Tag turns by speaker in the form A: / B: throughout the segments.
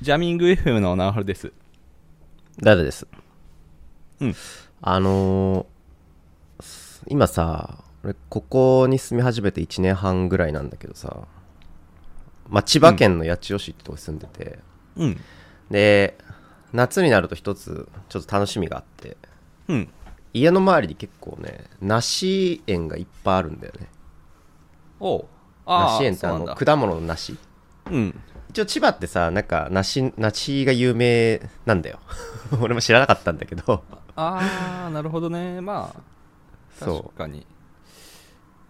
A: ジャミング FM のナオハルです。
B: 誰です
A: うん。
B: あのーす今さ俺ここに住み始めて1年半ぐらいなんだけどさ、まあ、千葉県の八千代市ってとこに住んでて、
A: うん。
B: で夏になると一つちょっと楽しみがあって
A: うん。
B: 家の周りに結構ね梨園がいっぱいあるんだよね
A: おう。
B: 梨園って
A: そう
B: あ
A: なん
B: の
A: だ。
B: 果物の梨
A: うん。
B: 一応千葉ってさなんか梨梨が有名なんだよ 俺も知らなかったんだけど
A: あー、なるほどね。まあ、
B: そう
A: 確かに。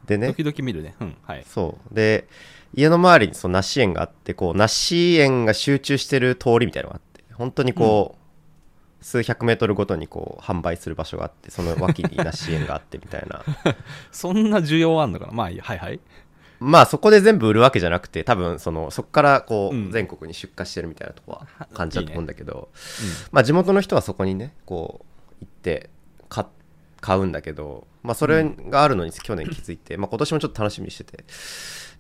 B: でね
A: 時々見るね。うん。はい。
B: そうで家の周りにその梨園があってこう梨園が集中してる通りみたいなのがあって本当にこう、数百メートルごとにこう販売する場所があってその脇に梨園があってみたいな
A: そんな需要あんのかなまあいいや。はいはい。
B: まあそこで全部売るわけじゃなくて多分そのそこからこ
A: うん
B: う全国に出荷してるみたいなとこは感じだと思うんだけど、
A: う
B: まあ地元の人はそこにねこう行って買買うんだけど、まあ、それがあるのに去年気づいて、まあ、今年もちょっと楽しみにしてて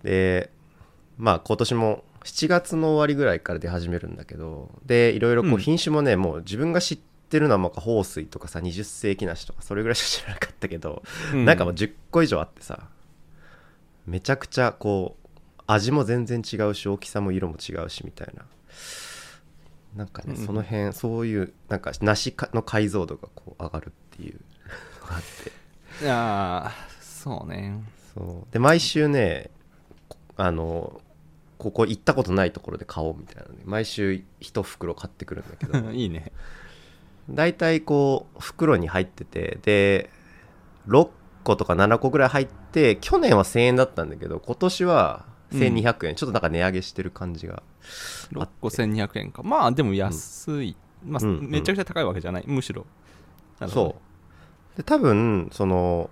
B: でまあ今年も7月の終わりぐらいから出始めるんだけどでいろいろこ
A: うん
B: う品種もね、もう自分が知ってるのはまあ豊水とかさ20世紀梨とかそれぐらいしか知らなかったけど、
A: うん
B: なんかもう10個以上あってさめちゃくちゃこう味も全然違うし大きさも色も違うしみたいななんかね、
A: うん
B: その辺そういうなんか梨かの解像度がこう上がるっていうのがあって
A: ん。あー、そうね。
B: そうで毎週ねこあのここ行ったことないところで買おうみたいなね毎週一袋買ってくるんだけど
A: いいね。
B: 大体こう袋に入っててで6個とか7個ぐらい入って去年は1000円だったんだけど今年は1200円、ちょっとなんか値上げしてる感じがあ
A: 6
B: って
A: 個1200円か。まあでも安い。まあ、
B: うんうん
A: めちゃくちゃ高いわけじゃない。むしろ。なるほどね
B: そうで多分その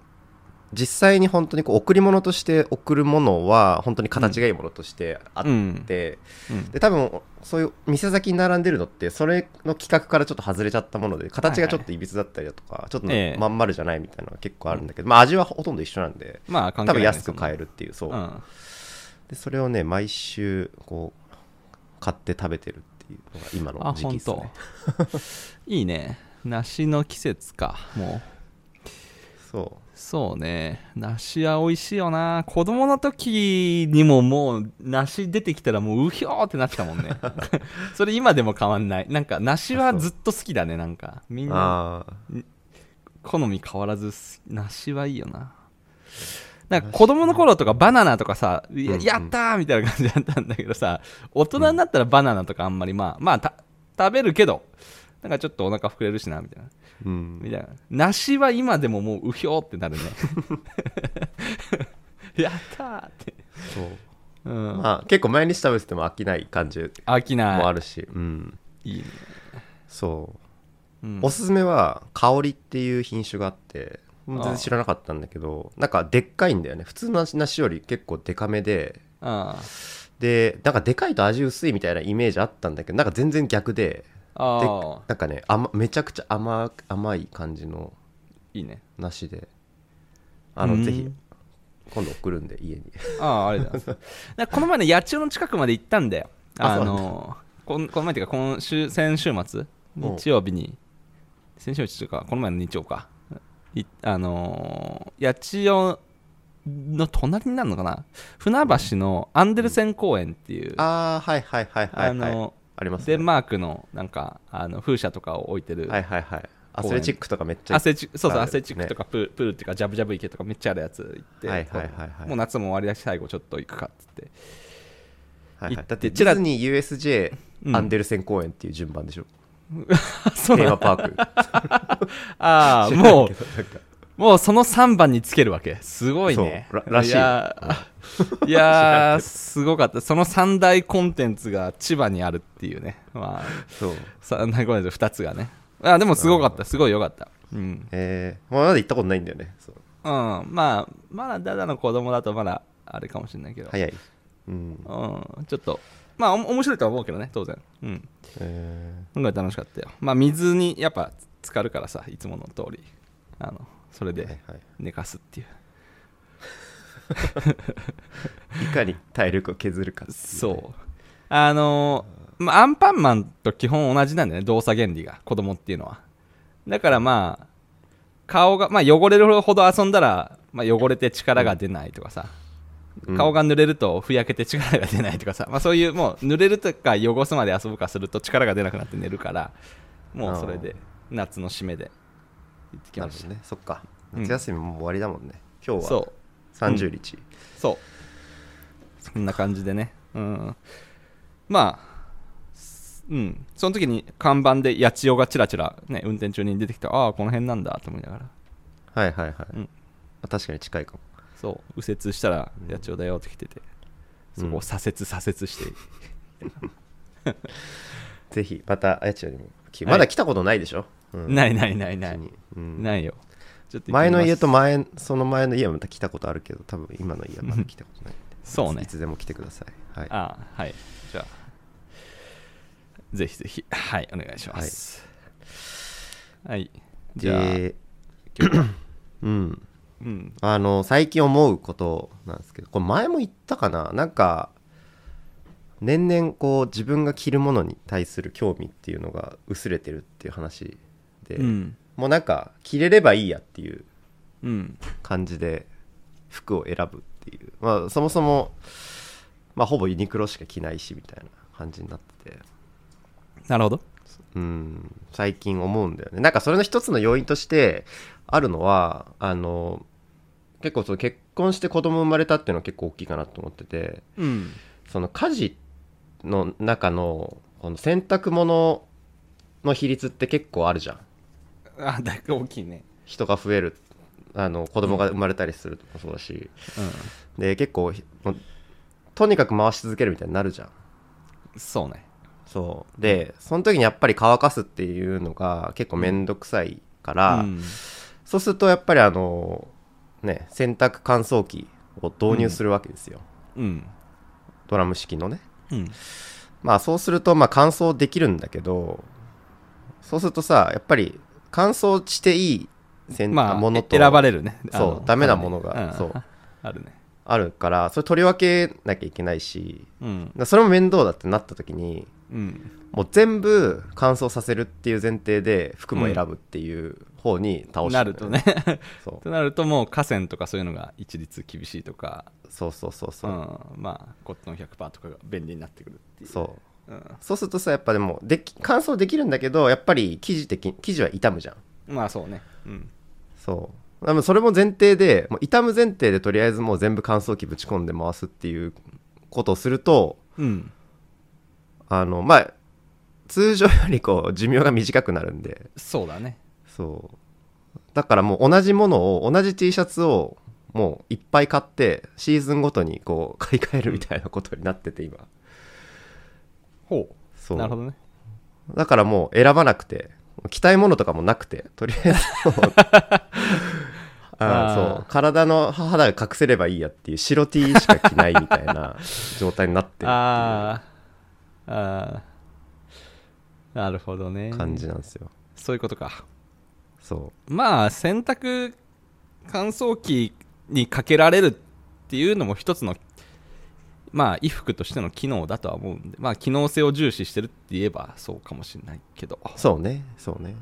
B: 実際に本当にこう贈り物として贈るものは本当に形がいいものとしてあっ
A: うん。
B: て、
A: うん
B: で多分そういう店先に並んでるのってそれの企画からちょっと外れちゃったもので形がちょっといびつだったりだとか、ちょっと
A: ええ
B: まん丸じゃないみたいなのが結構あるんだけど、まあ味はほとんど一緒なんで
A: まあ関係な
B: 多分
A: いね。
B: 安く買え
A: る。
B: るっていうそうう、
A: ん。
B: でそれをね毎週こう買って食べてるっていうのが今の
A: あ
B: 時期
A: 本
B: です
A: 当
B: ね
A: いいね梨の季節かもう
B: そ
A: そうね梨は美味しいよな子供の時にももう梨出てきたらもううひょーってなってたもん ねそれ今でも変わんないなんか梨はずっと好きだねなんかみん
B: う
A: な
B: ああ
A: 好み変わらず好き梨はいいよななんか子供の頃とかバナナとかさ、いや
B: うんうん
A: やったーみたいな感じだったんだけどさ大人になったらバナナとかあんまりまあまあた食べるけどなんかちょっとお腹膨れるしなみたいな
B: うん
A: みたいな梨は今でももううひょーってなる ねやったーって、
B: そう
A: うん、
B: まあ結構毎日食べてても飽きない感じも
A: 飽きない
B: あるし、うん
A: いいね、
B: そうう、
A: ん
B: おすすめは香りっていう品種があって全然知らなかったんだけどなんかでっかいんだよね普通の梨より結構でかめで
A: あ
B: でなんかでかいと味薄いみたいなイメージあったんだけどなんか全然逆で
A: ああ
B: で
A: ー
B: なんかね甘めちゃくちゃ甘甘い感じの
A: いいね
B: 梨であの、
A: うん
B: ぜひ今度送るんで 家に
A: あああれだなん かこの前ね八千代の近くまで行ったんだよ
B: あ
A: あ
B: そうなんだ
A: のこんこの前っていうか今週先週末
B: うん
A: 日曜日に先週末というかこの前の日曜かいあのー八千代の隣になるのかな船橋のアンデルセン公園っていう、
B: ああはいはいはいはい
A: あ
B: はい
A: の
B: あります
A: デ
B: ね
A: ンマークのなんかあの風車とかを置いてる、
B: はいはいはいアスレチックとかめっちゃ
A: アセチそうそう
B: あるね
A: アセチックとかプール,、プールっていうかジャブジャブ池とかめっちゃあるやつ行って、
B: はいはいはいはい
A: もう夏も終わりだし最後ちょっと行くかっつっ て
B: はい
A: 行
B: は
A: って
B: い、だって
A: ち
B: デ
A: ら
B: ィズニー USJ、
A: うん
B: アンデルセン公園っていう順番でしょ
A: そ
B: テ
A: う
B: ー
A: な
B: マパーク
A: ああ
B: 知らない
A: も
B: けどなんか
A: うもうその3番につけるわけすごいね
B: そうららしいよ
A: やーい やーすごかったその3大コンテンツが千葉にあるっていうねまあ
B: そう
A: 3大コンテンツ2つがねあでもすごかったすごいよかったうん
B: えー、まあまだ行ったことないんだよねそう
A: うん、まあ、まだダダの子供だとまだあれかもしれないけど、
B: 早いうん
A: うん、ちょっと、まあ、お面白いとは思うけどね、当然。うん、
B: え
A: 今回楽しかったよ。まあ、水にやっぱ浸かるからさ、いつもの通り、あのそれ
B: ーは
A: で
B: いはい
A: 寝かすっていう。
B: いかに体力を削るかっていね
A: そう。あのーまあ、アンパンマンと基本同じなんだよね動作原理が子供っていうのはだからまあ顔が、まあ、汚れるほど遊んだら、まあ、汚れて力が出ないとかさ、
B: うん
A: 顔が濡れるとふやけて力が出ないとかさ、まあ、そういうもう濡れるとか汚すまで遊ぶかすると力が出なくなって寝るからもうそれで夏の締めで行ってきま
B: なるほ
A: し
B: ど
A: た、
B: ねそっか
A: うん
B: 夏休みもう終わりだもんね、今日は
A: そう
B: 30日、
A: そうそんな感じでねうんまあすうんその時に看板で八千代がチラチラね運転中に出てきてああこの辺なんだと思いながら
B: はいはいはい、
A: うん
B: あ確かに近いかも
A: そう右折したら
B: うん
A: 八千代だよって来てて、
B: うん
A: そこを左折左折して
B: ぜひまたあやちよりも来
A: はい
B: まだ来たことないでしょ、うん
A: ないないないな
B: う
A: い
B: ちにうん
A: ないよちょっと行ってみます
B: 前の家と前その前の家はまた来たことあるけど多分今の家はまだ来たことないんで
A: そうね
B: いつでも来てくださいはい
A: ああはいじゃあぜひぜひはいお願いしますはい、じゃあ、
B: でうん
A: うん
B: あの最近思うことなんですけどこれ前も言ったかななんか年々こう自分が着るものに対する興味っていうのが薄れてるっていう話で、
A: うん
B: もうなんか着れればいいやっていう
A: うん
B: 感じで服を選ぶっていうまあそもそも、まあ、ほぼユニクロしか着ないしみたいな感じになってて
A: なるほど
B: うん最近思うんだよねなんかそれの一つの要因としてあるのはあの結構その結婚して子供生まれたっていうのは結構大きいかなと思ってて
A: うん
B: その家事の中のこの洗濯物の比率って結構あるじゃん
A: あだいぶ大きいね
B: 人が増えるあの子供が生まれたりするともそうだし、で結構ひもうとにかく回し続けるみたいになるじゃん
A: うんそうね
B: そうでその時にやっぱり乾かすっていうのが結構面倒くさいから、
A: うん
B: そうするとやっぱりあのね洗濯乾燥機を導入するわけですよ、
A: うん
B: ドラム式のね
A: うん
B: まあそうするとまあ乾燥できるんだけどそうするとさやっぱり乾燥していい洗
A: ま
B: 濯
A: あ
B: 物と、
A: 選ばれるね
B: そう
A: あの
B: ダメなものが
A: あるね
B: そう
A: あるね
B: あるからそれ取り分けなきゃいけないし
A: うん
B: それも面倒だってなった時に
A: うん
B: もう全部乾燥させるっていう前提で服も選ぶっていう方に倒して
A: なるとね
B: そう
A: となるともう河川とかそういうのが一律厳しいとか
B: そうそうそう
A: う
B: そう、
A: んまあコットン100%とかが便利になってくるっていう
B: そう
A: うん
B: そうするとさやっぱでもでき乾燥できるんだけどやっぱり生地的生地は傷むじゃん
A: まあそうねうん
B: そうでもそれも前提でもう傷む前提でとりあえずもう全部乾燥機ぶち込んで回すっていうことをすると
A: うん
B: あのまあ通常よりこう寿命が短くなるんで
A: そうだね
B: そうだからもう同じものを同じ T シャツをもういっぱい買ってシーズンごとにこう買い替えるみたいなことになってて今
A: ほ
B: そう
A: うなるほどね
B: だからもう選ばなくて着たいものとかもなくてとりあえずもうあー
A: あー
B: そう体の肌が隠せればいいやっていう白 T しか着ないみたいな 状態になってるっ
A: あーあーなるほどね
B: ていう感じなんですよ
A: そういうことか
B: そ
A: まあ洗濯乾燥機にかけられるっていうのも一つのまあ衣服としての機能だとは思うんでまあ機能性を重視してるって言えばそうかもしれないけど、
B: うそうねそうね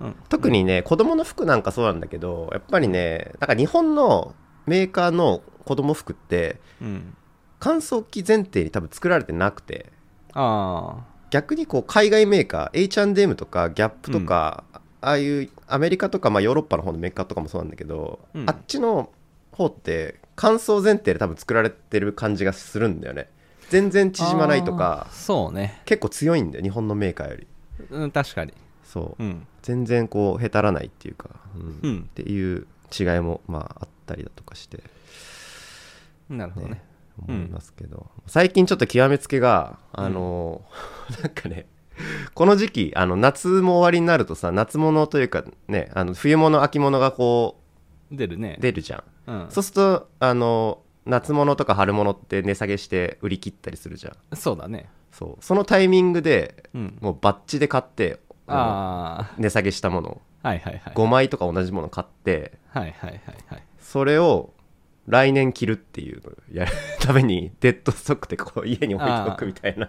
A: うん、
B: 特にね、子供の服なんかそうなんだけどやっぱりねなんか日本のメーカーの子供服って
A: うん
B: 乾燥機前提に多分作られてなくて
A: あ
B: 逆にこう海外メーカー H&M とかギャップとか、ああいうアメリカとか、まあ、ヨーロッパの方のメーカーとかもそうなんだけど、
A: うん
B: あっちの方って乾燥前提で多分作られてる感じがするんだよね全然
A: あ
B: 縮まないとか
A: あーそうね、
B: 結構強いんだよ日本のメーカーより
A: うん、確かに
B: そう、
A: うん
B: 全然こうへたらないっていうか、うん
A: う
B: っ
A: ん
B: ていう違いもまああったりだとかして
A: なるほどね
B: ね
A: う
B: 思
A: ん
B: いますけど、最近ちょっと極めつけがあの ーなんかねこの時期あの夏も終わりになるとさ夏物というかねあの冬物秋物がこ
A: 出るね
B: う出るじゃん、
A: うん、そ
B: そ
A: う
B: するとあの夏物とか春物って値下げして売り切ったりするじゃん
A: だね
B: そうそのタイミングで
A: うん
B: もうバッチで買って
A: あ
B: 値下げしたものを
A: あはいはいはい
B: 5枚とか同じもの買って
A: はいはいはいはい
B: それを来年着るっていうのをやるためにデッドストックでこう家に置いておくみたいな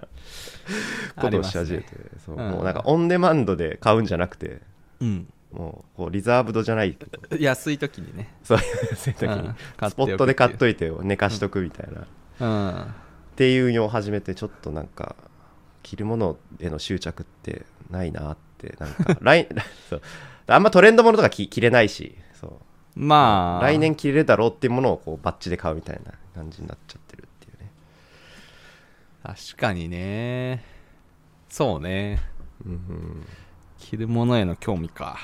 B: ことをし始めて、そう
A: うん
B: もうなんかオンデマンドで買うんじゃなくて
A: うん
B: もうこうリザーブドじゃないけど
A: 安い時にね
B: そういう時に
A: うん買っておくっていう
B: スポットで買っといて寝かしとくみたいな、
A: う
B: っ
A: ん
B: ていうのを始めてちょっとなんか着るものへの執着ってないなってなんか 来そうあんまトレンドものとか着着れないしそう
A: まあ
B: 来年着れるだろうっていうものをこうバッチで買うみたいな感じになっちゃってるっていうね
A: 確かにねそうね
B: うんうん
A: 着るものへの興味か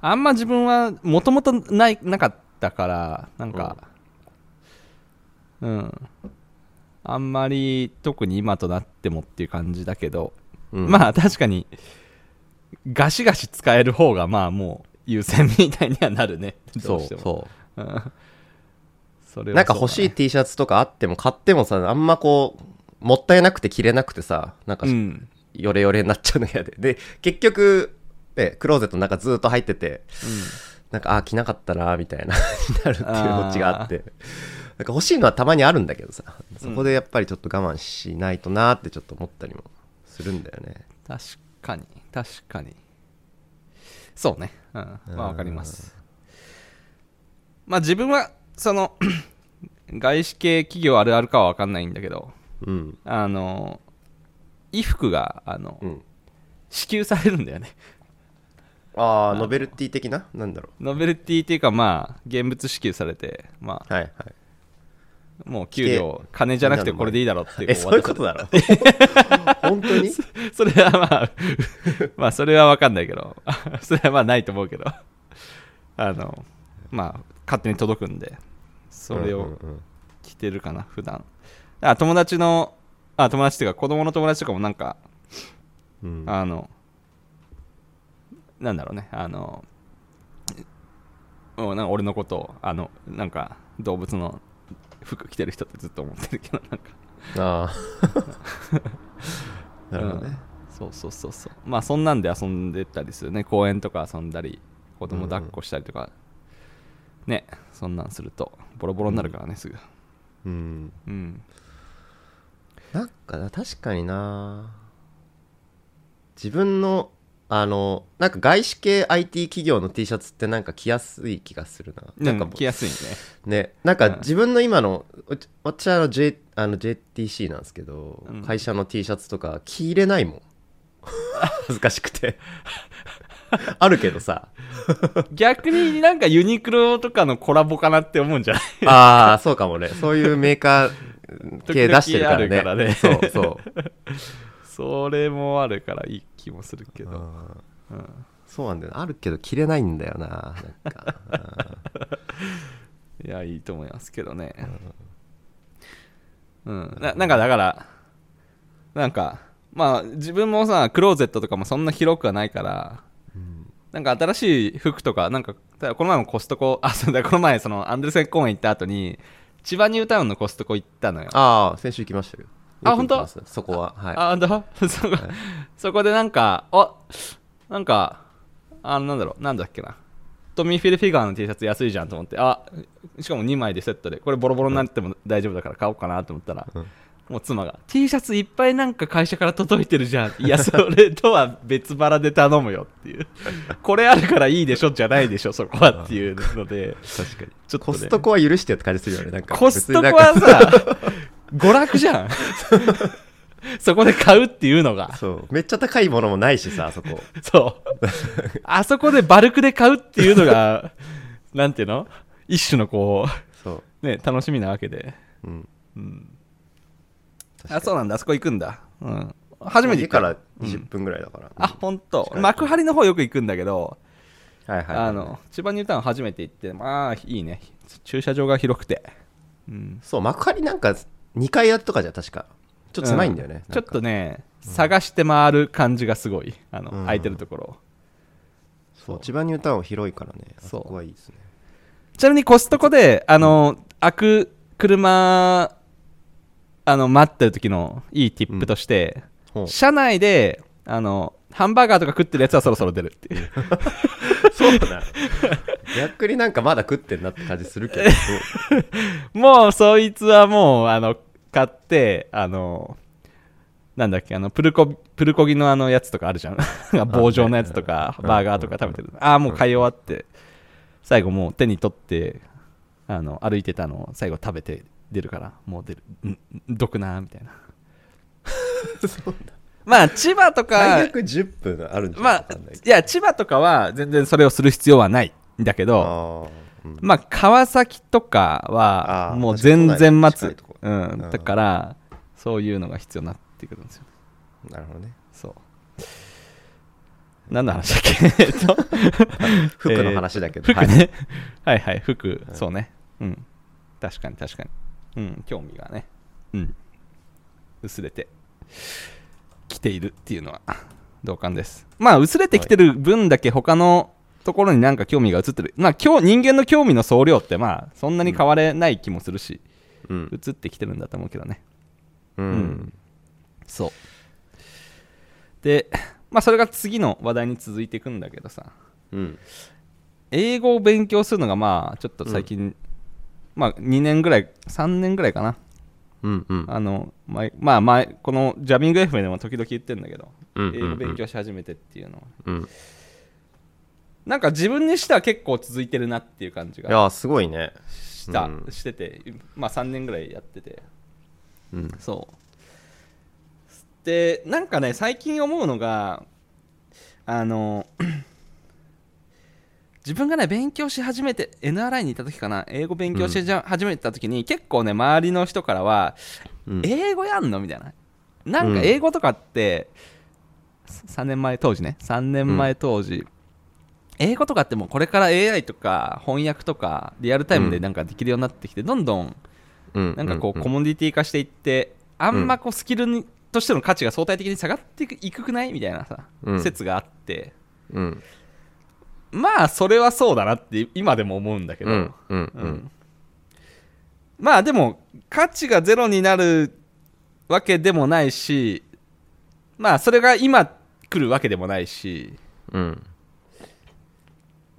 A: あんま自分はもともとないなかったからなんかうん、あんまり特に今となってもっていう感じだけど、
B: うん
A: まあ確かにガシガシ使える方がまあもう優先みたいにはなるね
B: そう
A: どしても
B: そ
A: うんそれ
B: う
A: は
B: なんか欲しい T シャツとかあっても買ってもさあんまこうもったいなくて着れなくてさなんか
A: そうだねうん
B: ヨレヨレになっちゃうの嫌でで結局ねクローゼットの中ずっと入っててなんかあー着なかったなーみたいな になるっていう
A: あー
B: こっちがあってなんか欲しいのはたまにあるんだけどさそこでやっぱりちょっと我慢しないとなーってちょっと思ったりもするんだよね
A: 確かに確かにそうねうんまあわかりますまあ自分はその 外資系企業あるあるかはわかんないんだけど
B: うん
A: あの衣服があの、
B: うん
A: 支給されるんだよね
B: ああノベルティ的ななんだろ
A: ノベルティっていうかまあ現物支給されてま
B: うはいはい
A: あもう給料金じゃなくてこれでいいだろうって
B: えそういうことだろ 本当に
A: それはまあまあそれは分かんないけど それはまあないと思うけど あのまあ勝手に届くんでそれ
B: うん
A: を
B: うんうん
A: 着てるかな普段あ友達のあ友達っていうか子供の友達とかもなんか
B: うん
A: あのなんだろうねあのうんなんか俺のことをあのなんか動物の服着てる人ってずっと思ってるけどなんか
B: あ あなるほどね、
A: そうそうそうそうまあそんなんで遊んでたりするね公園とか遊んだり子供抱っこしたりとか、ねそんなんするとボロボロになるからね、すぐ
B: うん、
A: うん
B: なんかな確かにな自分のあのなんか外資系 IT 企業の T シャツってなんか着やすい気がするな、なんか
A: うん
B: も
A: 着やすいね
B: うねなんか
A: うん
B: 自分の今のうち私はあの J あの JTC なんですけど、
A: うん
B: 会社の T シャツとか着れないもん 恥ずかしくてあるけどさ
A: 逆になんかユニクロとかのコラボかなって思うん じゃない
B: ああ、そうかもね。そういうメーカー系出してるからね。
A: 時々あるか
B: そう そう。
A: それもあるからいい気もするけど、
B: あー
A: うん
B: そうなんだよな。あるけど着れないんだよな。なん か
A: いやいいと思いますけどねうんななんかだからなんかまあ自分もさクローゼットとかもそんな広くはないから
B: うん
A: なんか新しい服とか、なんか、ただこの前もコストコ、あ、そうだ、この前、その、アンデルセン公園行った後に、千葉ニュータウンのコストコ行ったのよ。
B: ああ、先週行きましたよ。
A: あ
B: よく行きますそこは。
A: あ、
B: は
A: ほんと そこ、そこでなんか、あ、なんか、あの、なんだろう、なんだっけな。トミー・フィルフィガーの T シャツ安いじゃんと思って、あ、しかも2枚でセットで、これボロボロになっても大丈夫だから買おうかなと思ったら、
B: うん
A: もう妻が、T シャツいっぱいなんか会社から届いてるじゃん。いや、それとは別腹で頼むよって いう。これあるからいいでしょじゃないでしょ、そこはっていうので。
B: い。確かに。
A: ちょっとね
B: コストコは許してよって感じするよね。なんか
A: コストコ
B: 別に
A: は
B: なんか
A: さ、娯楽じゃ ん。そこで買うっていうのが。
B: そう。めっちゃ高いものもないしさ、あそこ。
A: そう。あそこでバルクで買うっていうの が、なんていうの一種のこ、
B: そう
A: ね、楽しみなわけで。
B: う。うん。
A: うん、
B: 確かに
A: あ、そうなんだ。あそこ行くんだ。うん。初めて
B: 家
A: 行
B: か
A: から
B: 20分ぐらいだから。
A: あ、ほんと。
B: 近い
A: 幕張の方よく行くんだけど、
B: はいはい。
A: あの、千葉ニュータウン初めて行って、まあ、いいね。駐車場が広くて。うん。
B: そう、幕張なんか2階建てとかじゃ確か。ちょっと狭いんだよね。
A: ちょっと
B: ね。
A: ね、探して回る感じがすごい。あの、
B: うん
A: 空いてるところを
B: そう、千葉ニュータウン広いからね。あ
A: そう
B: そこはいいですね。
A: ちなみにコストコで、あの、開く車、あの、待ってる時のいいティップとして、
B: ほう
A: 車内で、あの、ハンバーガーとか食ってるやつはそろそろ出るっていう
B: そうだな逆になんかまだ食ってんなって感じするけど
A: もうそいつはもうあの買ってあのなんだっけあのプルコプルコギのあのやつとかある じゃん棒状のやつとか
B: うん
A: バーガーとか食べてるああもう買い終わって最後もう手に取ってあの歩いてたのを最後食べて出るからもう出るうん毒なーみたいな
B: そうだ
A: まあ千葉とか
B: 最悪10分あるんじゃな
A: ま
B: い
A: あ
B: わかんないけど
A: いや千葉とかは全然それをする必要はないんだけど
B: あーうん
A: まあ川崎とか
B: あ
A: は
B: ー
A: もう全然待
B: 確
A: つ、
B: か
A: う
B: にとこ
A: ん、だからそういうのが必要になってくるんですよ
B: なるほどね
A: そう何の話だっけ えっと
B: 服の話だけど、
A: 服
B: はい
A: ね、はい、はい服、
B: うん
A: そうねうん確かに確かにうん興味がねうん薄れてきているっていうのは同感ですまあ薄れてきてる分だけ他のところになんか興味が移ってる、まあ今日人間の興味の総量ってまあそんなに変われない気もするし、
B: うん、
A: 移ってきてるんだと思うけどね
B: うん
A: そうでまあそれが次の話題に続いていくんだけどさ、
B: うん
A: 英語を勉強するのがまあちょっと最近、まあ2年ぐらい3年ぐらいかな、
B: うんうん
A: あの前まあ前このジャミング FM でも時々言ってるんだけど、
B: うんうんうん
A: 英語勉強し始めてっていうのは
B: うん
A: なんか自分にしては結構続いてるなっていう感じ
B: い
A: が
B: やすごいね
A: した、
B: うん
A: しててまあ3年ぐらいやってて
B: うん
A: そうでなんかね最近思うのがあの 自分がね勉強し始めて NRI にいた時かな英語勉強しじゃ始めてた時に、結構ね周りの人からは
B: うん
A: 英語やんのみたいななん
B: う
A: か
B: ん
A: 英語とかって、3年前当時ね3年前当時、英語とかってもうこれから AI とか翻訳とかリアルタイムでなんかできるようになってきて、どんどんなんかこうコモディティ化していってあんまこうスキルにとしての価値が相対的に下がっていくくないみたいなさ、
B: うん
A: 説があって
B: うん
A: まあそれはそうだなって今でも思うんだけど、
B: うんうん
A: う
B: うんん
A: まあでも価値がゼロになるわけでもないしまあそれが今来るわけでもないし
B: うん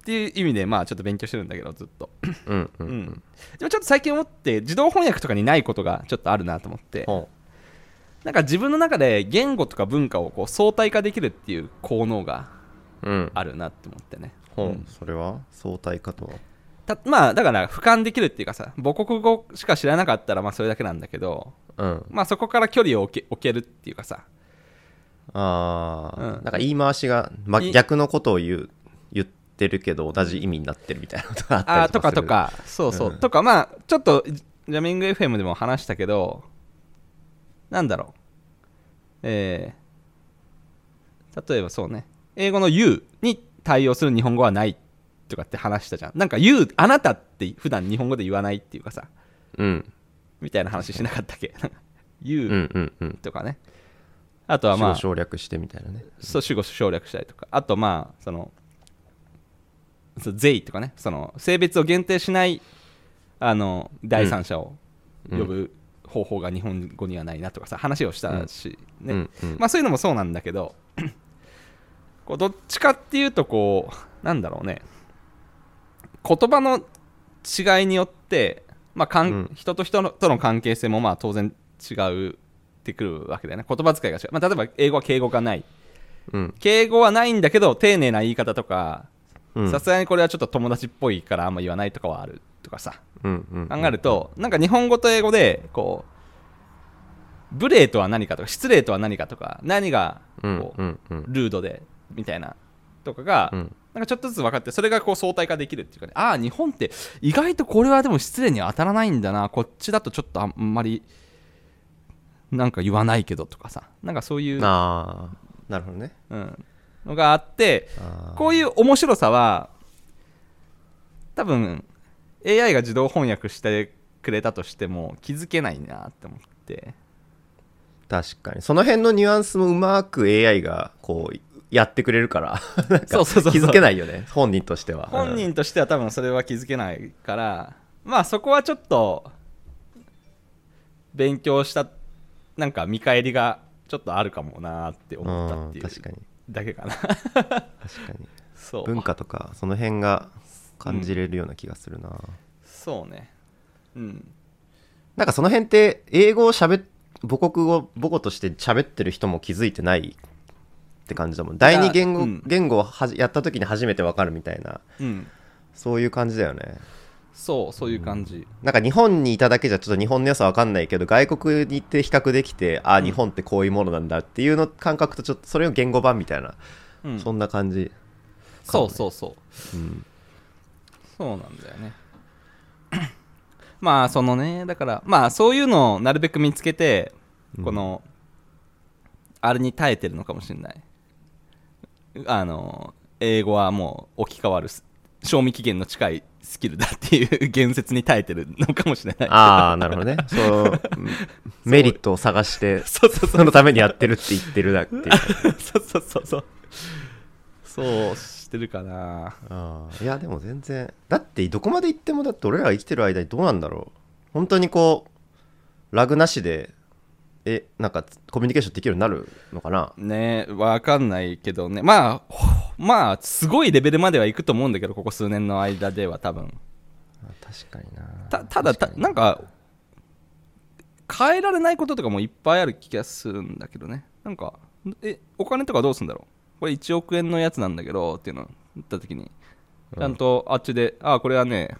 A: っていう意味でまあちょっと勉強してるんだけどずっと、
B: うん
A: う
B: う
A: んん、でもちょっと最近思って自動翻訳とかにないことがちょっとあるなと思って
B: ほ
A: なんか自分の中で言語とか文化をこう相対化できるっていう効能が
B: ううん
A: あるなって思ってね、
B: ほ
A: う
B: うんそれは相対化とは
A: たまあだから俯瞰できるっていうかさ母国語しか知らなかったらまあそれだけなんだけど
B: うん
A: まあそこから距離を置け置けるっていうかさ
B: ああ
A: うん
B: なんか言い回しがま
A: い
B: 逆のことを言う言ってるけど同じ意味になってるみたいなことがあったり
A: あー
B: します
A: とかとかそうそう、とかまあちょっとジャミング FM でも話したけどなんだろうえー例えばそうね英語の「you」に対応する日本語はないとかって話したじゃんなんか「you」あなたって普段日本語で言わないっていうかさ
B: うん
A: みたいな話しなかったっけ 「you、
B: うんうんうん
A: とかねあとはまあ
B: 省略してみたいなね
A: そう主語省略したりとかあとまあそのそう税とかねその性別を限定しないあの第三者を呼ぶ方法が日本語にはないなとかさ話をしたし、ね
B: うんうん
A: まあ、そういうのもそうなんだけど こうどっちかっていうとこうなんだろうね言葉の違いによって、まあかん
B: うん
A: 人と人のとの関係性もまあ当然違うってくるわけだよね言葉遣いが違う、まあ、例えば英語は敬語がない
B: うん
A: 敬語はないんだけど丁寧な言い方とか
B: うん
A: さすがにこれはちょっと友達っぽいからあんま言わないとかはあるとかさ
B: うんうん
A: 考えるとなんか日本語と英語でこう無礼とは何かとか失礼とは何かとか何が
B: うん
A: こ
B: う
A: うん
B: うん
A: ルードでみたいなとかが
B: うん
A: なんかちょっとずつ分かってそれがこう相対化できるっていうかねああ日本って意外とこれはでも失礼には当たらないんだなこっちだとちょっとあんまりなんか言わないけどとかさなんかそういう、
B: ああなるほどね
A: うん、のがあって
B: あー
A: こういう面白さは多分 AI が自動翻訳してくれたとしても気づけないなって思って
B: 確かにその辺のニュアンスもうまく AI がこうやってくれるから なんか
A: そうそうそうそう
B: 気づけないよね本人としては
A: 本人としては多分それは気づけないからまあそこはちょっと勉強したなんか見返りがちょっとあるかもなって
B: うん
A: 思ったっていう
B: 確かに
A: だけかな
B: 確かに
A: そう
B: 文化とかその辺が感じれるような気がするな、
A: そうねうん
B: なんかその辺って英語をしゃべ母国語母語として喋ってる人も気づいてないって感じだもん第二言語、
A: うん
B: 言語をはじやった時に初めてわかるみたいな
A: うん
B: そういう感じだよね
A: そうそういう感じ、
B: なんか日本にいただけじゃちょっと日本の良さわかんないけど外国に行って比較できてああ日本ってこういうものなんだっていうの感覚とちょっとそれを言語版みたいな、
A: うん、
B: そんな感じ、
A: そうそうそう
B: うん、
A: そうなんだよねまあそのねだからまあそういうのをなるべく見つけて
B: うん
A: この、あれに耐えてるのかもしれないあの英語はもう置き換わるす賞味期限の近いスキルだっていう言説に耐えてるのかもしれない
B: ああなるほどねそうメリットを探して
A: そうそう
B: そのためにやってるって言ってるだっていう
A: そうそうそうそうそうしてるかな
B: ああいやでも全然だってどこまで行ってもだって俺らが生きてる間にどうなんだろう本当にこうラグなしでえなんかコミュニケーションできるようになるのかな
A: ねわかんないけどねまあほまあすごいレベルまではいくと思うんだけどここ数年の間では多分
B: 確かにな
A: たただたなんか変えられないこととかもいっぱいある気がするんだけどねなんかえお金とかどうすんだろうこれ1億円のやつなんだけどっていうのを言った時にちゃんとあっちで、あこれはね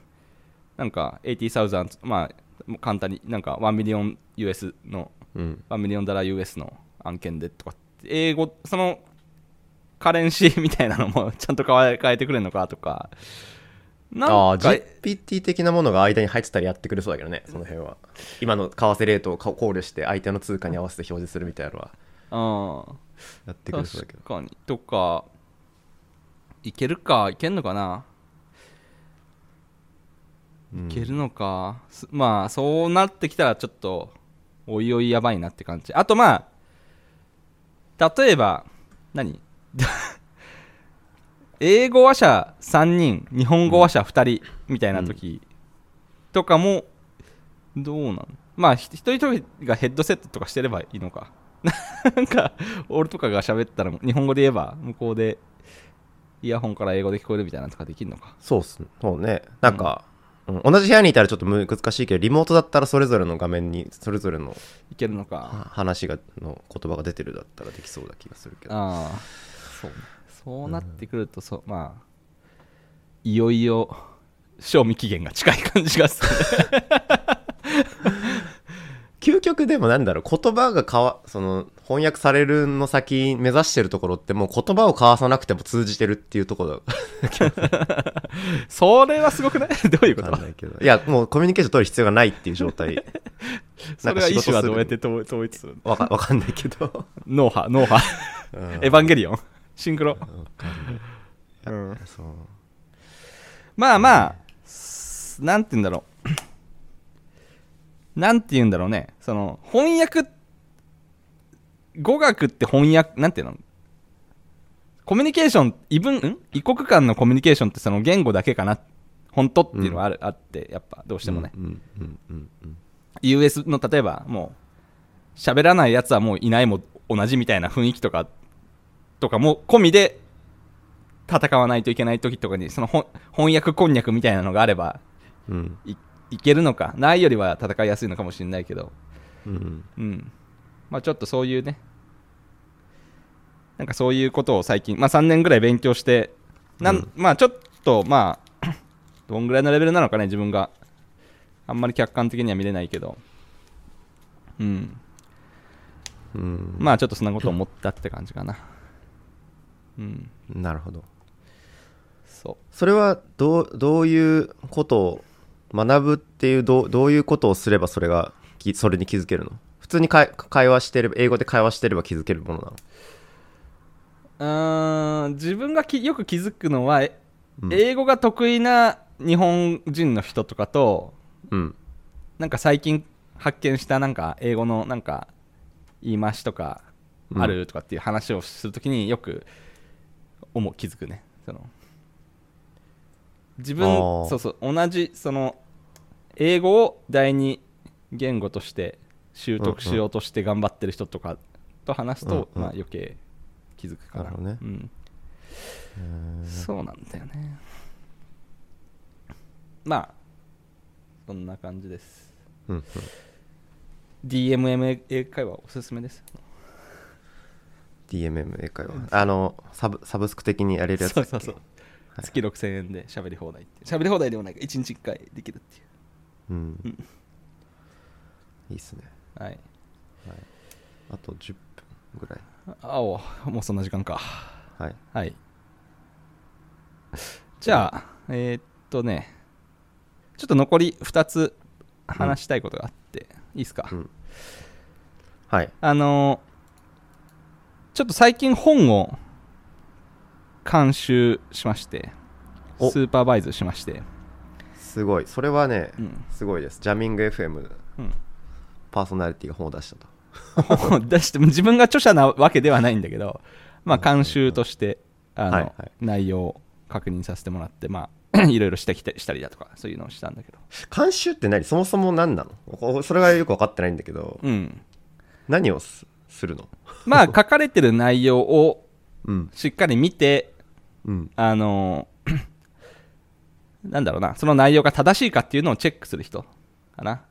A: なんか80,000まあもう簡単になんか1ミリオン US の
B: うん
A: 1ミリオンダラー US の案件でとかって英語そのカレンシーみたいなのもちゃんと変え変えてくれるのかとかなん
B: ああ
A: か
B: GPT 的なものが間に入ってたらやってくれそうだけどねその辺は今の為替レートを考慮して相手の通貨に合わせて表示するみたいなのは
A: うん
B: やってくれそうだけど
A: 確かにとかいけるかいけんのかな、
B: うん
A: いけるのかすまあそうなってきたらちょっとおいおいやばいなって感じあとまあ例えば何英語話者3人日本語話者2人みたいな時とかもどうなのまあひ一人一人がヘッドセットとかしてればいいのか なんか俺とかが喋ったら日本語で言えば向こうでイヤホンから英語で聞こえるみたいなのとかできるのか
B: そうっすそうねなんか、うん同じ部屋にいたらちょっと難しいけどリモートだったらそれぞれの画面にそれぞれの
A: いけるのか
B: は話がの言葉が出てるだったらできそうな気がするけど
A: ああそうねそうなってくるとそう、まあいよいよ賞味期限が近い感じがする
B: 究極でもなんだろう言葉がかわその翻訳されるの先目指してるところってもう言葉を交わさなくても通じてるっていうところ
A: それはすごくない どういうこ
B: だ
A: と
B: わかんないけどいやもうコミュニケーション取る必要がないっていう状態
A: それは
B: なん
A: 意
B: か仕事す
A: 思
B: る
A: はどうやって統統一するの
B: わか わかんないけど
A: 脳波脳波エヴァンゲリオンシンクロ
B: うんそう
A: まあまあ、すなんて言うんだろう。なんて言うんだろうね。その、翻訳、語学って翻訳、なんて言うのコミュニケーション、異文、ん異国間のコミュニケーションってその言語だけかな。本当っていうのはある、あって、やっぱどうしてもね。
B: うんうんうんうん
A: US の例えば、もう、喋らないやつはもういないも同じみたいな雰囲気とか、とかも込みで、戦わないといけない時とかに、そのほん翻訳こんにゃくみたいなのがあれば、
B: うん
A: いいけるのかないよりは戦いやすいのかもしれないけど
B: うん
A: うんまあちょっとそういうねなんかそういうことを最近まあ3年ぐらい勉強してなん、
B: うん
A: まあちょっとまあ どんぐらいのレベルなのかね自分があんまり客観的には見れないけどうん
B: うん
A: まあちょっとそんなことを思ったって感じかなうん
B: なるほど
A: そう
B: それはどうどういうことを学ぶっていうどうどういうことをすればそれがきそれに気づけるの普通にかい会話してれば英語で会話してれば気づけるものな
A: う
B: の
A: ーん自分がきよく気づくのは、え
B: うん
A: 英語が得意な日本人の人とかと
B: うん
A: なんか最近発見したなんか英語のなんか言い回しとかあるとかっていう話をするときによく思う気づくねその自分
B: あー
A: そうそう同じその英語を第二言語として習得しようとして頑張ってる人とかと話すと、
B: うんう
A: ま
B: ん
A: あ、余計気づくから
B: なるほどね
A: うん、
B: うん
A: そうなんだよねまあそんな感じです
B: うん
A: DMM 英会話おすすめです
B: DMM 英会話あのサブサブスク的にやれるやつ
A: そ
B: だ
A: う
B: っけ
A: そうそう、月6000円で喋り放題っていう喋り放題でもないか1日1回できるっていう
B: うん
A: うん
B: いいっすね
A: はい
B: あと10分ぐらい
A: あおもうそんな時間か
B: はい
A: はいじゃあえーっとねちょっと残り2つ話したいことがあって、いいですか、
B: うんはい
A: あのちょっと最近本を監修しましてス
B: お
A: ーパーバイズしまして、
B: すごいそれはね、
A: うん
B: すごいですジャミング FM
A: うん、
B: パーソナリティが本を出したと
A: 本を 出しても自分が著者なわけではないんだけど、まあ、監修としてあの、
B: はいはい
A: 内容を確認させてもらって、まあ、 いろいろ指摘したしたりだとかそういうのをしたんだけど、
B: 監修って何そもそも何なのおそれがよく分かってないんだけど
A: うん、
B: 何をすするの
A: まあ書かれてる内容を
B: うん
A: しっかり見て
B: うん
A: あの なんだろうなその内容が正しいかっていうのをチェックする人かな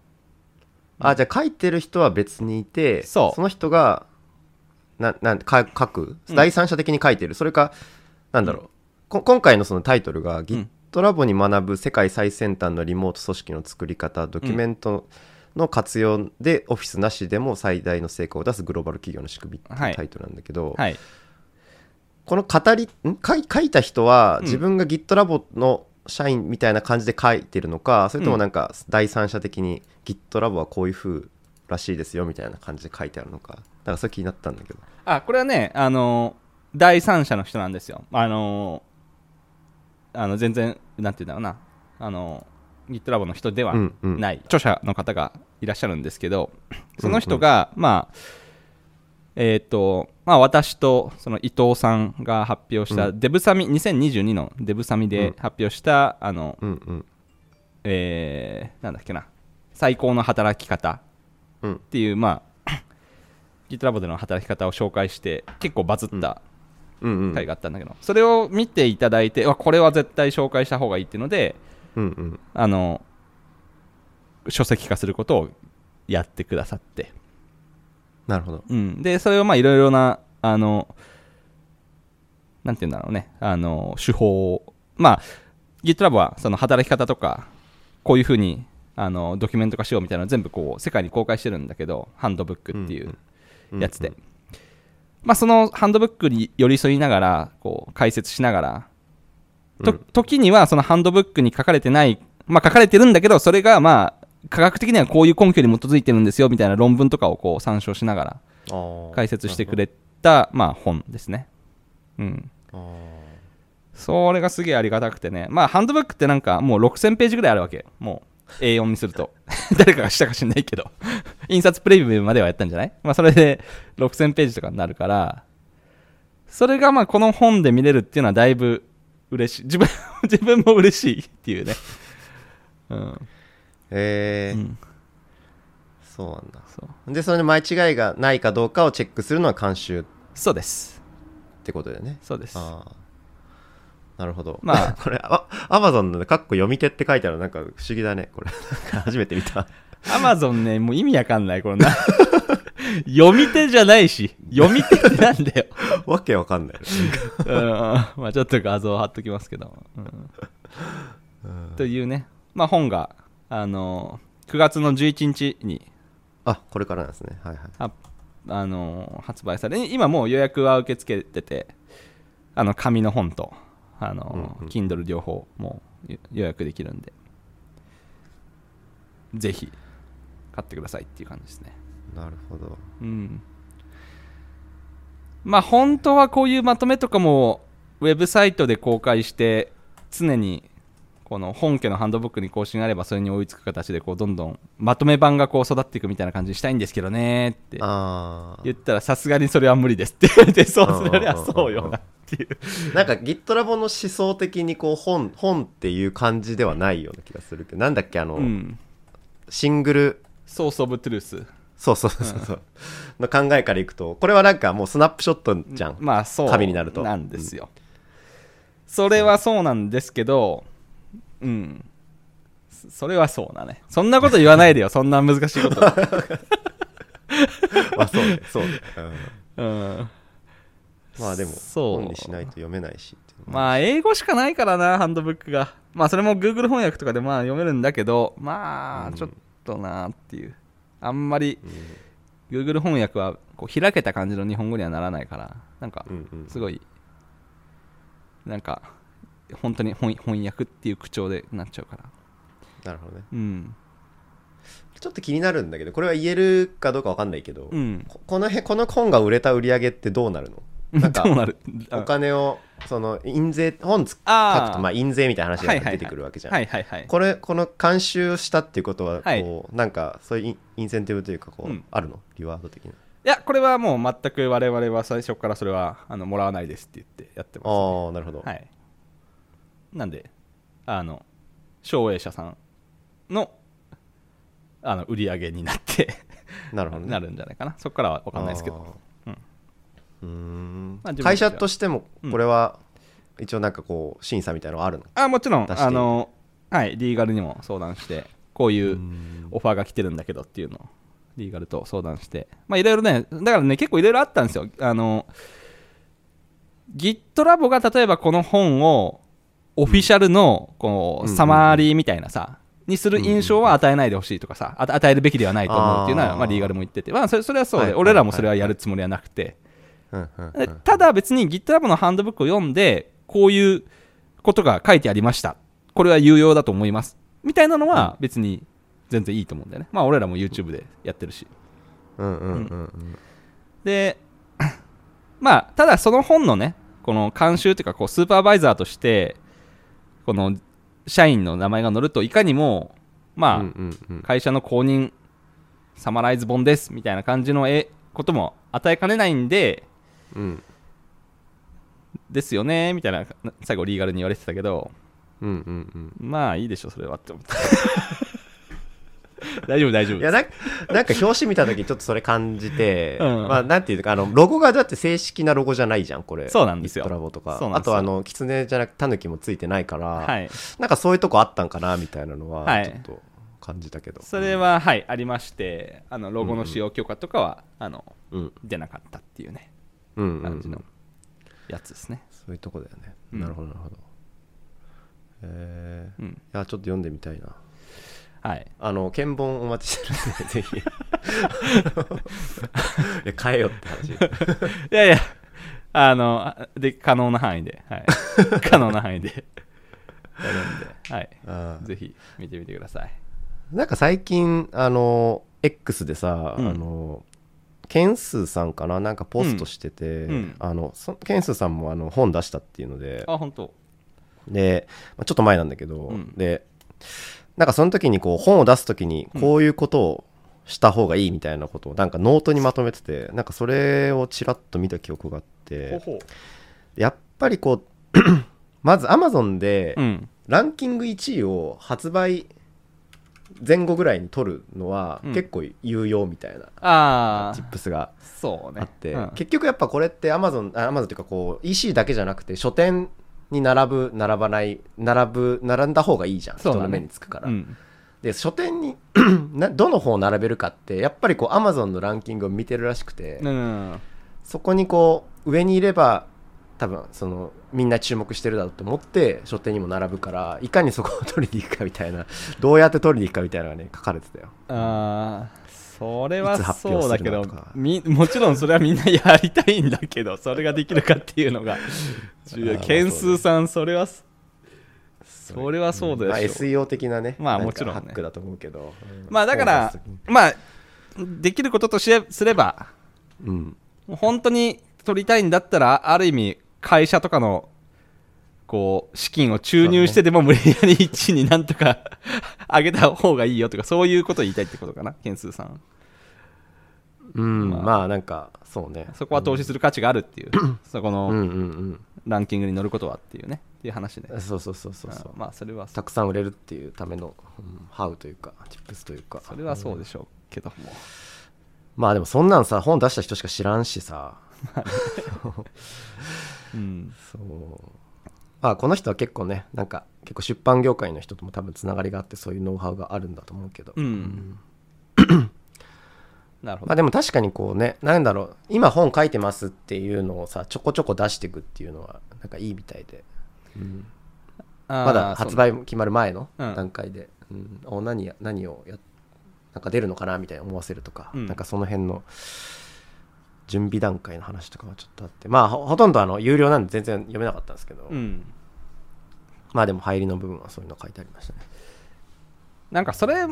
B: あじゃあ書いてる人は別にいて
A: そう
B: の人がななんか書く第三者的に書いてる、それかなんだろう、こ今回のそのタイトルが「GitLab に学ぶ世界最先端のリモート組織の作り方ドキュメントの活用でオフィスなしでも最大の成果を出すグローバル企業の仕組み」って
A: はい
B: いうタイトルなんだけど、
A: はい
B: この語りん書い書いた人は
A: うん
B: 自分が GitLab の社員みたいな感じで書いてるのか、それともなんか第三者的に GitLab はこういう風らしいですよみたいな感じで書いてあるのかなんかそれ気になったんだけど
A: あこれはねあの第三者の人なんですよあのあの全然なんて言うんだろうなあの GitLab の人では
B: うんうん
A: ない、著者の方がいらっしゃるんですけどその人が、まあえっ、とまあ私とその伊藤さんが発表した、
B: う
A: デブサミ2022のデブサミ
B: うん
A: で発表した、あの
B: うんうん
A: えーなんだっけな最高の働き方
B: うん
A: っていう、まあ、GitLab での働き方を紹介して結構バズった
B: うんうん
A: 回があったんだけど、それを見ていただいてうわこれは絶対紹介した方がいいっていうので
B: うんうん
A: あの書籍化することをやってくださって、
B: なるほど
A: うん、でそれをまあいろいろなあのなんて言うんだろうねあの手法をまあ GitLab はその働き方とかこういうふうにあのドキュメント化しようみたいなのを全部こう世界に公開してるんだけどハンドブックっていうやつで、まあ、そのハンドブックに寄り添いながらこう解説しながらと、
B: うん
A: 時にはそのハンドブックに書かれてない、まあ、書かれてるんだけどそれがまあ科学的にはこういう根拠に基づいてるんですよみたいな論文とかをこう参照しながら解説してくれた、まあ、本ですね。うん、それがすげえありがたくてね、まあ、ハンドブックってなんかもう6000ページぐらいあるわけもう A4 にすると 誰かがしたか知んないけど 印刷プレビューまではやったんじゃない、まあ、それで6000ページとかになるからそれがまあこの本で見れるっていうのはだいぶ嬉しい自分 自分も嬉しいっていうね、うん
B: え
A: う
B: ー
A: ん、
B: そうなんだ
A: そう
B: でそれで間違いがないかどうかをチェックするのは監修っ
A: そうです
B: てことだよね
A: そうです
B: ああなるほど
A: まあ
B: これあアマゾンのねかっこ読み手って書いてあるのなんか不思議だねこれ なんか初めて見た
A: アマゾンね、もう意味わかんない、このな。 読み手じゃないし、読み手ってなんだよ。
B: わけわかんない
A: うん、まあちょっと画像を貼っときますけど。うんというね、まあ本が、あのー、9月の11日に、
B: あこれからなんですねはいはい
A: ああのー、発売され、今もう予約は受け付けてて、あの、紙の本と、あのー
B: うんうん
A: Kindle 両方、もう予予約できるんで、ぜひ、買ってくださいっていう感じですね。
B: なるほど
A: うん、まあ本当はこういうまとめとかもウェブサイトで公開して常にこの本家のハンドブックに更新あればそれに追いつく形でこうどんどんまとめ版がこう育っていくみたいな感じにしたいんですけどねって
B: あ
A: 言ったらさすがにそれは無理ですって言われてそう
B: うん
A: それはそうよなっていう
B: あなんか GitLab の思想的にこう本本っていう感じではないような気がするけどなんだっけあの、
A: うん
B: シングル
A: ソースオブトゥルース
B: そうそうそうそう、 の考えからいくとこれはなんかもうスナップショットじゃん、
A: まあそう
B: 紙になると
A: んですよ、それはそうなんですけどうんそそれはそうだねそんなこと言わない でよそんな難しいこと、
B: まあ そうねそうね、うん
A: うん、
B: まあでも
A: そう
B: 本にしないと読めないしっていうのは
A: まあ英語しかないからなハンドブックがまあそれも Google 翻訳とかでまあ読めるんだけどま
B: う
A: あ
B: ん
A: ちょっとなっていうあんまり Google 翻訳はこう開けた感じの日本語にはならないからなんか
B: うんうん
A: すごいなんか本当に翻翻訳っていう口調でなっちゃうから
B: なるほどね
A: うん
B: ちょっと気になるんだけどこれは言えるかどうかわかんないけど、
A: うん
B: ここの辺この本が売れた売り上げってどうなるのなんか
A: どうなる
B: お金をその印税本つ書くと
A: あー
B: まあ印税みたいな話
A: は
B: が
A: いはいはい
B: 出てくるわけじゃん、
A: はいはいはい
B: これこの監修したっていうことはこう、
A: はい
B: なんかそういうインインセンティブというかこう、
A: うん
B: あるのリワード的ない
A: やこれはもう全く我々は最初からそれはあのもらわないですって言ってやってます
B: ああなるほど、
A: はい、なんであの省営者さんのあの売り上げになって
B: なるほど、ね、
A: なるんじゃないかなそこからは分かんないですけど
B: あーうーん
A: まあ自分たちは
B: 会社としても
A: うん
B: これは一応なんかこう審査みたいなのはあるの
A: あもちろん
B: 出している
A: あの、はい、リーガルにも相談してこういううんオファーが来てるんだけどっていうのをリーガルと相談してまあいろいろねだからね結構いろいろあったんですよあの GitLab が例えばこの本をオフィシャルのこう
B: うん
A: サマリーみたいなさにする印象は与えないでほしいとかさあ与えるべきではないと思うっていうの
B: あ
A: は
B: ー
A: まあリーガルも言っててまあそれそれはそう
B: はい
A: で俺らもそれはやるつもりはなくて
B: うんうんう
A: で
B: ん
A: ただ別に GitLab のハンドブックを読んでこういうことが書いてありましたこれは有用だと思いますみたいなのは別に全然いいと思うんだよねまあ俺らも YouTube でやってるし
B: うんうんうんうん
A: で まあただその本のねこの監修というかこうスーパーバイザーとしてこの社員の名前が載るといかにもまあ、
B: うんうんうん
A: 会社の公認サマライズ本ですみたいな感じのえことも与えかねないんで
B: うん
A: ですよねみたいなな最後リーガルに言われてたけど
B: うんうんうん
A: まあいいでしょそれはって 思った大丈夫大丈夫
B: いやなんかなんか表紙見た時ちょっとそれ感じて、
A: うん
B: まあなんていうかあのロゴがだって正式なロゴじゃないじゃんこれ
A: そうなんですよ
B: トラボとか
A: そうなん
B: あ
A: ですよ
B: とあのキツネじゃなくてタヌキもついてないから、
A: はい
B: なんかそういうとこあったんかなみたいなのは
A: はい
B: ちょっと感じたけど、
A: それははいありましてあのロゴの使用許可とかは、あの
B: うん
A: 出なかったっていうね
B: うんうん、
A: 感じのやつですね、
B: そういうとこだよね、
A: うん
B: なるほどなるほどえー
A: うん
B: いやちょっと読んでみたいな
A: はい
B: あの見本お待ちし てるんでぜひ いや変えよって話
A: いやいやあのあで可能な範囲で、 はい、可能な範囲でやるんで、はい、
B: あー
A: ぜひ見てみてください
B: なんか最近あの X でさ、
A: うん
B: あのケンスーさんかななんかポストしてて、
A: うんうん
B: あのそケンスーさんもあの本出したっていうので
A: あ本当
B: で、まあ、ちょっと前なんだけど、
A: うん
B: でなんかその時にこう本を出す時にこういうことをした方がいいみたいなことをなんかノートにまとめててなんかそれをちらっと見た記憶があって
A: ほ
B: やっぱりこう まず Amazon で
A: うん
B: ランキング1位を発売前後ぐらいに取るのは
A: うん
B: 結構有用みたいな、
A: あ
B: チ
A: あ
B: ップスが
A: そうね
B: あって、
A: うん
B: 結局やっぱこれってアマゾンアマゾンっていうかこう EC だけじゃなくて書店に並ぶ並ばない並ぶ並んだ方がいいじゃん、
A: そう
B: 人
A: だね
B: の目につくから、
A: うん
B: で書店に などの方を並べるかってやっぱりこうアマゾンのランキングを見てるらしくて、
A: うんうんうん
B: そこにこう上にいれば多分そのみんな注目してるだろうと思って書店にも並ぶからいかにそこを取りに行くかみたいな どうやって取りに行くかみたいなのがね書かれてたよ
A: あーそれ
B: いつ
A: は
B: 発
A: そ
B: 表
A: う
B: す
A: だ
B: る
A: け
B: の
A: ど
B: とか
A: みもちろんそれはみんなやりたいんだけどそれができるかっていうの が重
B: あー
A: 要
B: まあ
A: 件数さんそれは
B: そ
A: それはそう
B: まあ、
A: でしょ
B: SEO 的なね
A: まあ
B: なんか
A: もちろんね
B: ハックだと思うけど、うん
A: まあだから
B: そうなんです
A: まあできることとしてすれば
B: うん
A: もう本当に取りたいんだったらある意味会社とかのこう資金を注入してでも無理やり1位になんとか 上げた方がいいよとかそういうことを言いたいってことかな件数さん
B: うん、
A: まあ
B: まあなんかそうね
A: そこは投資する価値があるっていう、そこ
B: うんう
A: の
B: んうん
A: ランキングに乗ることはっていうねっていう話で、
B: うんそうそうそうそうそう
A: あまあそれはそ
B: たくさん売れるっていうための、うんハウというかチップスというか
A: それはそうで
B: ょ、
A: しょうけども、
B: まあでもそんなんさ本出した人しか知らんしさ
A: うん
B: そうまあこの人は結構ねなんか結構出版業界の人とも多分つながりがあってそういうノウハウがあるんだと思うけど、
A: うんなるほ
B: まあ
A: ど
B: でも確かにこうねなんだろう今本書いてますっていうのをさちょこちょこ出していくっていうのはなんかいいみたいで、
A: あー
B: まだ発売決まる前の
A: うん
B: 段階で、うんお何や何をやなんか出るのかなみたいな思わせるとか、
A: うん
B: なんかその辺の準備段階の話とかはちょっとあってまあほほとんどあの有料なんで全然読めなかったんですけど、
A: そううん
B: まあでも入りの部分はそういうの書いてありましたね
A: なんかそれ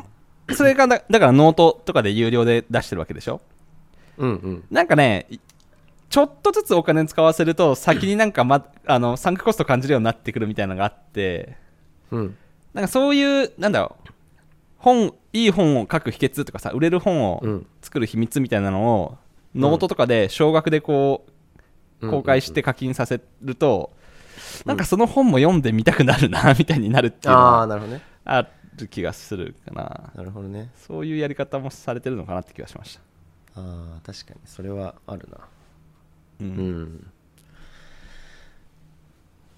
A: それがだだからノートとかで有料で出してるわけでしょ
B: うんうん
A: なんかねいちょっとずつお金使わせると先になんか、ま、 あのサンクコスト感じるようになってくるみたいなのがあって
B: うん
A: なんかそういうなんだろう本いい本を書く秘訣とかさ売れる本を
B: うん
A: 作る秘密みたいなのを、ノートとかで少額でこう公開して課金させると、なんかその本も読んでみたくなるな みたいになるっていうの
B: ああ
A: は
B: なるほどね
A: ある気がするかな
B: なるほどね
A: そういうやり方もされてるのかなって気がしました、
B: ああ確かにそれはあるな
A: う
B: うんん、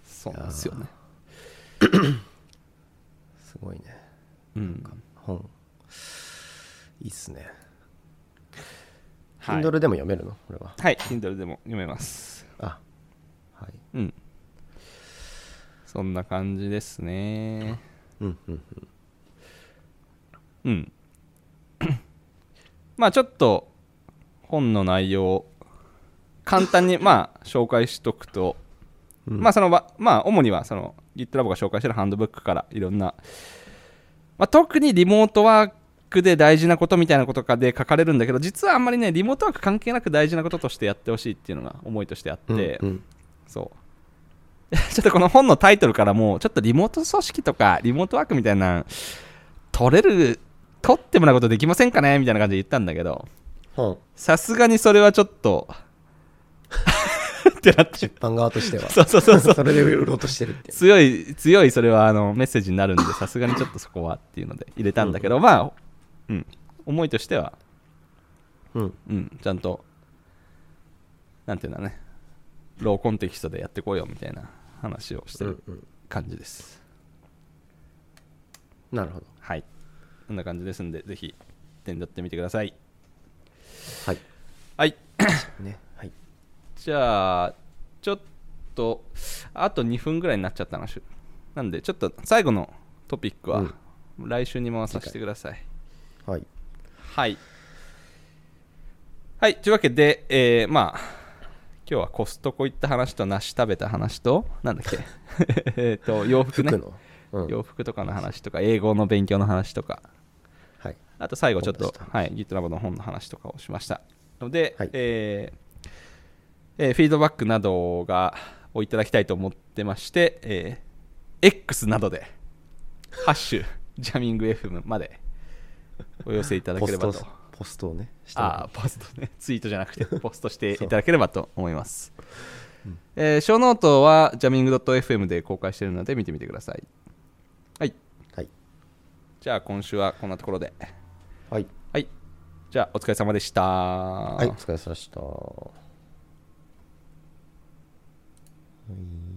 A: そうなんですよね、
B: すごいね
A: うん
B: 本いいっすね、
A: はい、
B: Kindle でも読めるのこれは
A: はい Kindle でも読めます
B: あはい
A: うんそんな感じですね
B: うんうん
A: うん。 まあちょっと本の内容を簡単 にまあ紹介しとくと、
B: うん
A: まあそのわまあ主にはその GitLab が紹介してるハンドブックからいろんな、まあ、特にリモートワークで大事なことみたいなことかで書かれるんだけど実はあんまりねリモートワーク関係なく大事なこととしてやってほしいっていうのが思いとしてあって、
B: うんうん
A: そう ちょっとこの本のタイトルからもうちょっとリモート組織とかリモートワークみたいな取れる取ってもらうことできませんかねみたいな感じで言ったんだけど
B: 本
A: さすがにそれはちょっと ってなって
B: 出版側としては
A: そうそうそうそう
B: それで売ろうとしてるっていう
A: 強い強いそれはあのメッセージになるんでさすがにちょっとそこはっていうので入れたんだけど、まあ、うん、思いとしては、
B: うん
A: うん、ちゃんとなんていうんだろうねローコンテキストでやってこいよみたいな話をして
B: う
A: る
B: んうん
A: 感じです、
B: なるほど
A: はいこんな感じですんでぜひ手に取ってみてください
B: はい
A: はい
B: ねはい
A: じゃあちょっとあと2分ぐらいになっちゃったなしなんでちょっと最後のトピックは来週に回させてください、
B: はい
A: はいはいというわけで、えーまあ今日はコストコ行った話と梨食べた話となんだっ けえっと洋服ね
B: 服のうん
A: 洋服とかの話とか英語の勉強の話とか
B: はい
A: あと最後ちょっと
B: 本出し、た
A: はい、GitLab の本の話とかをしましたので、
B: はい
A: えーえーフィードバックなどがをいただきたいと思ってまして、えー X などで「ハッ シュジャミング FM」までお寄せいただ
B: ポ
A: けれ
B: ス
A: ば
B: ト
A: と
B: ポストをねしてもらう
A: ああーポストね ツイートじゃな くてポストしていただければと思います、えーショーノートはジャミング .fm で公開しているので見てみてくださいはい
B: はい
A: じゃあ今週はこんなところで
B: はい
A: はい。じゃあ、お疲れ様でした。
B: はいお疲れ様でしたはい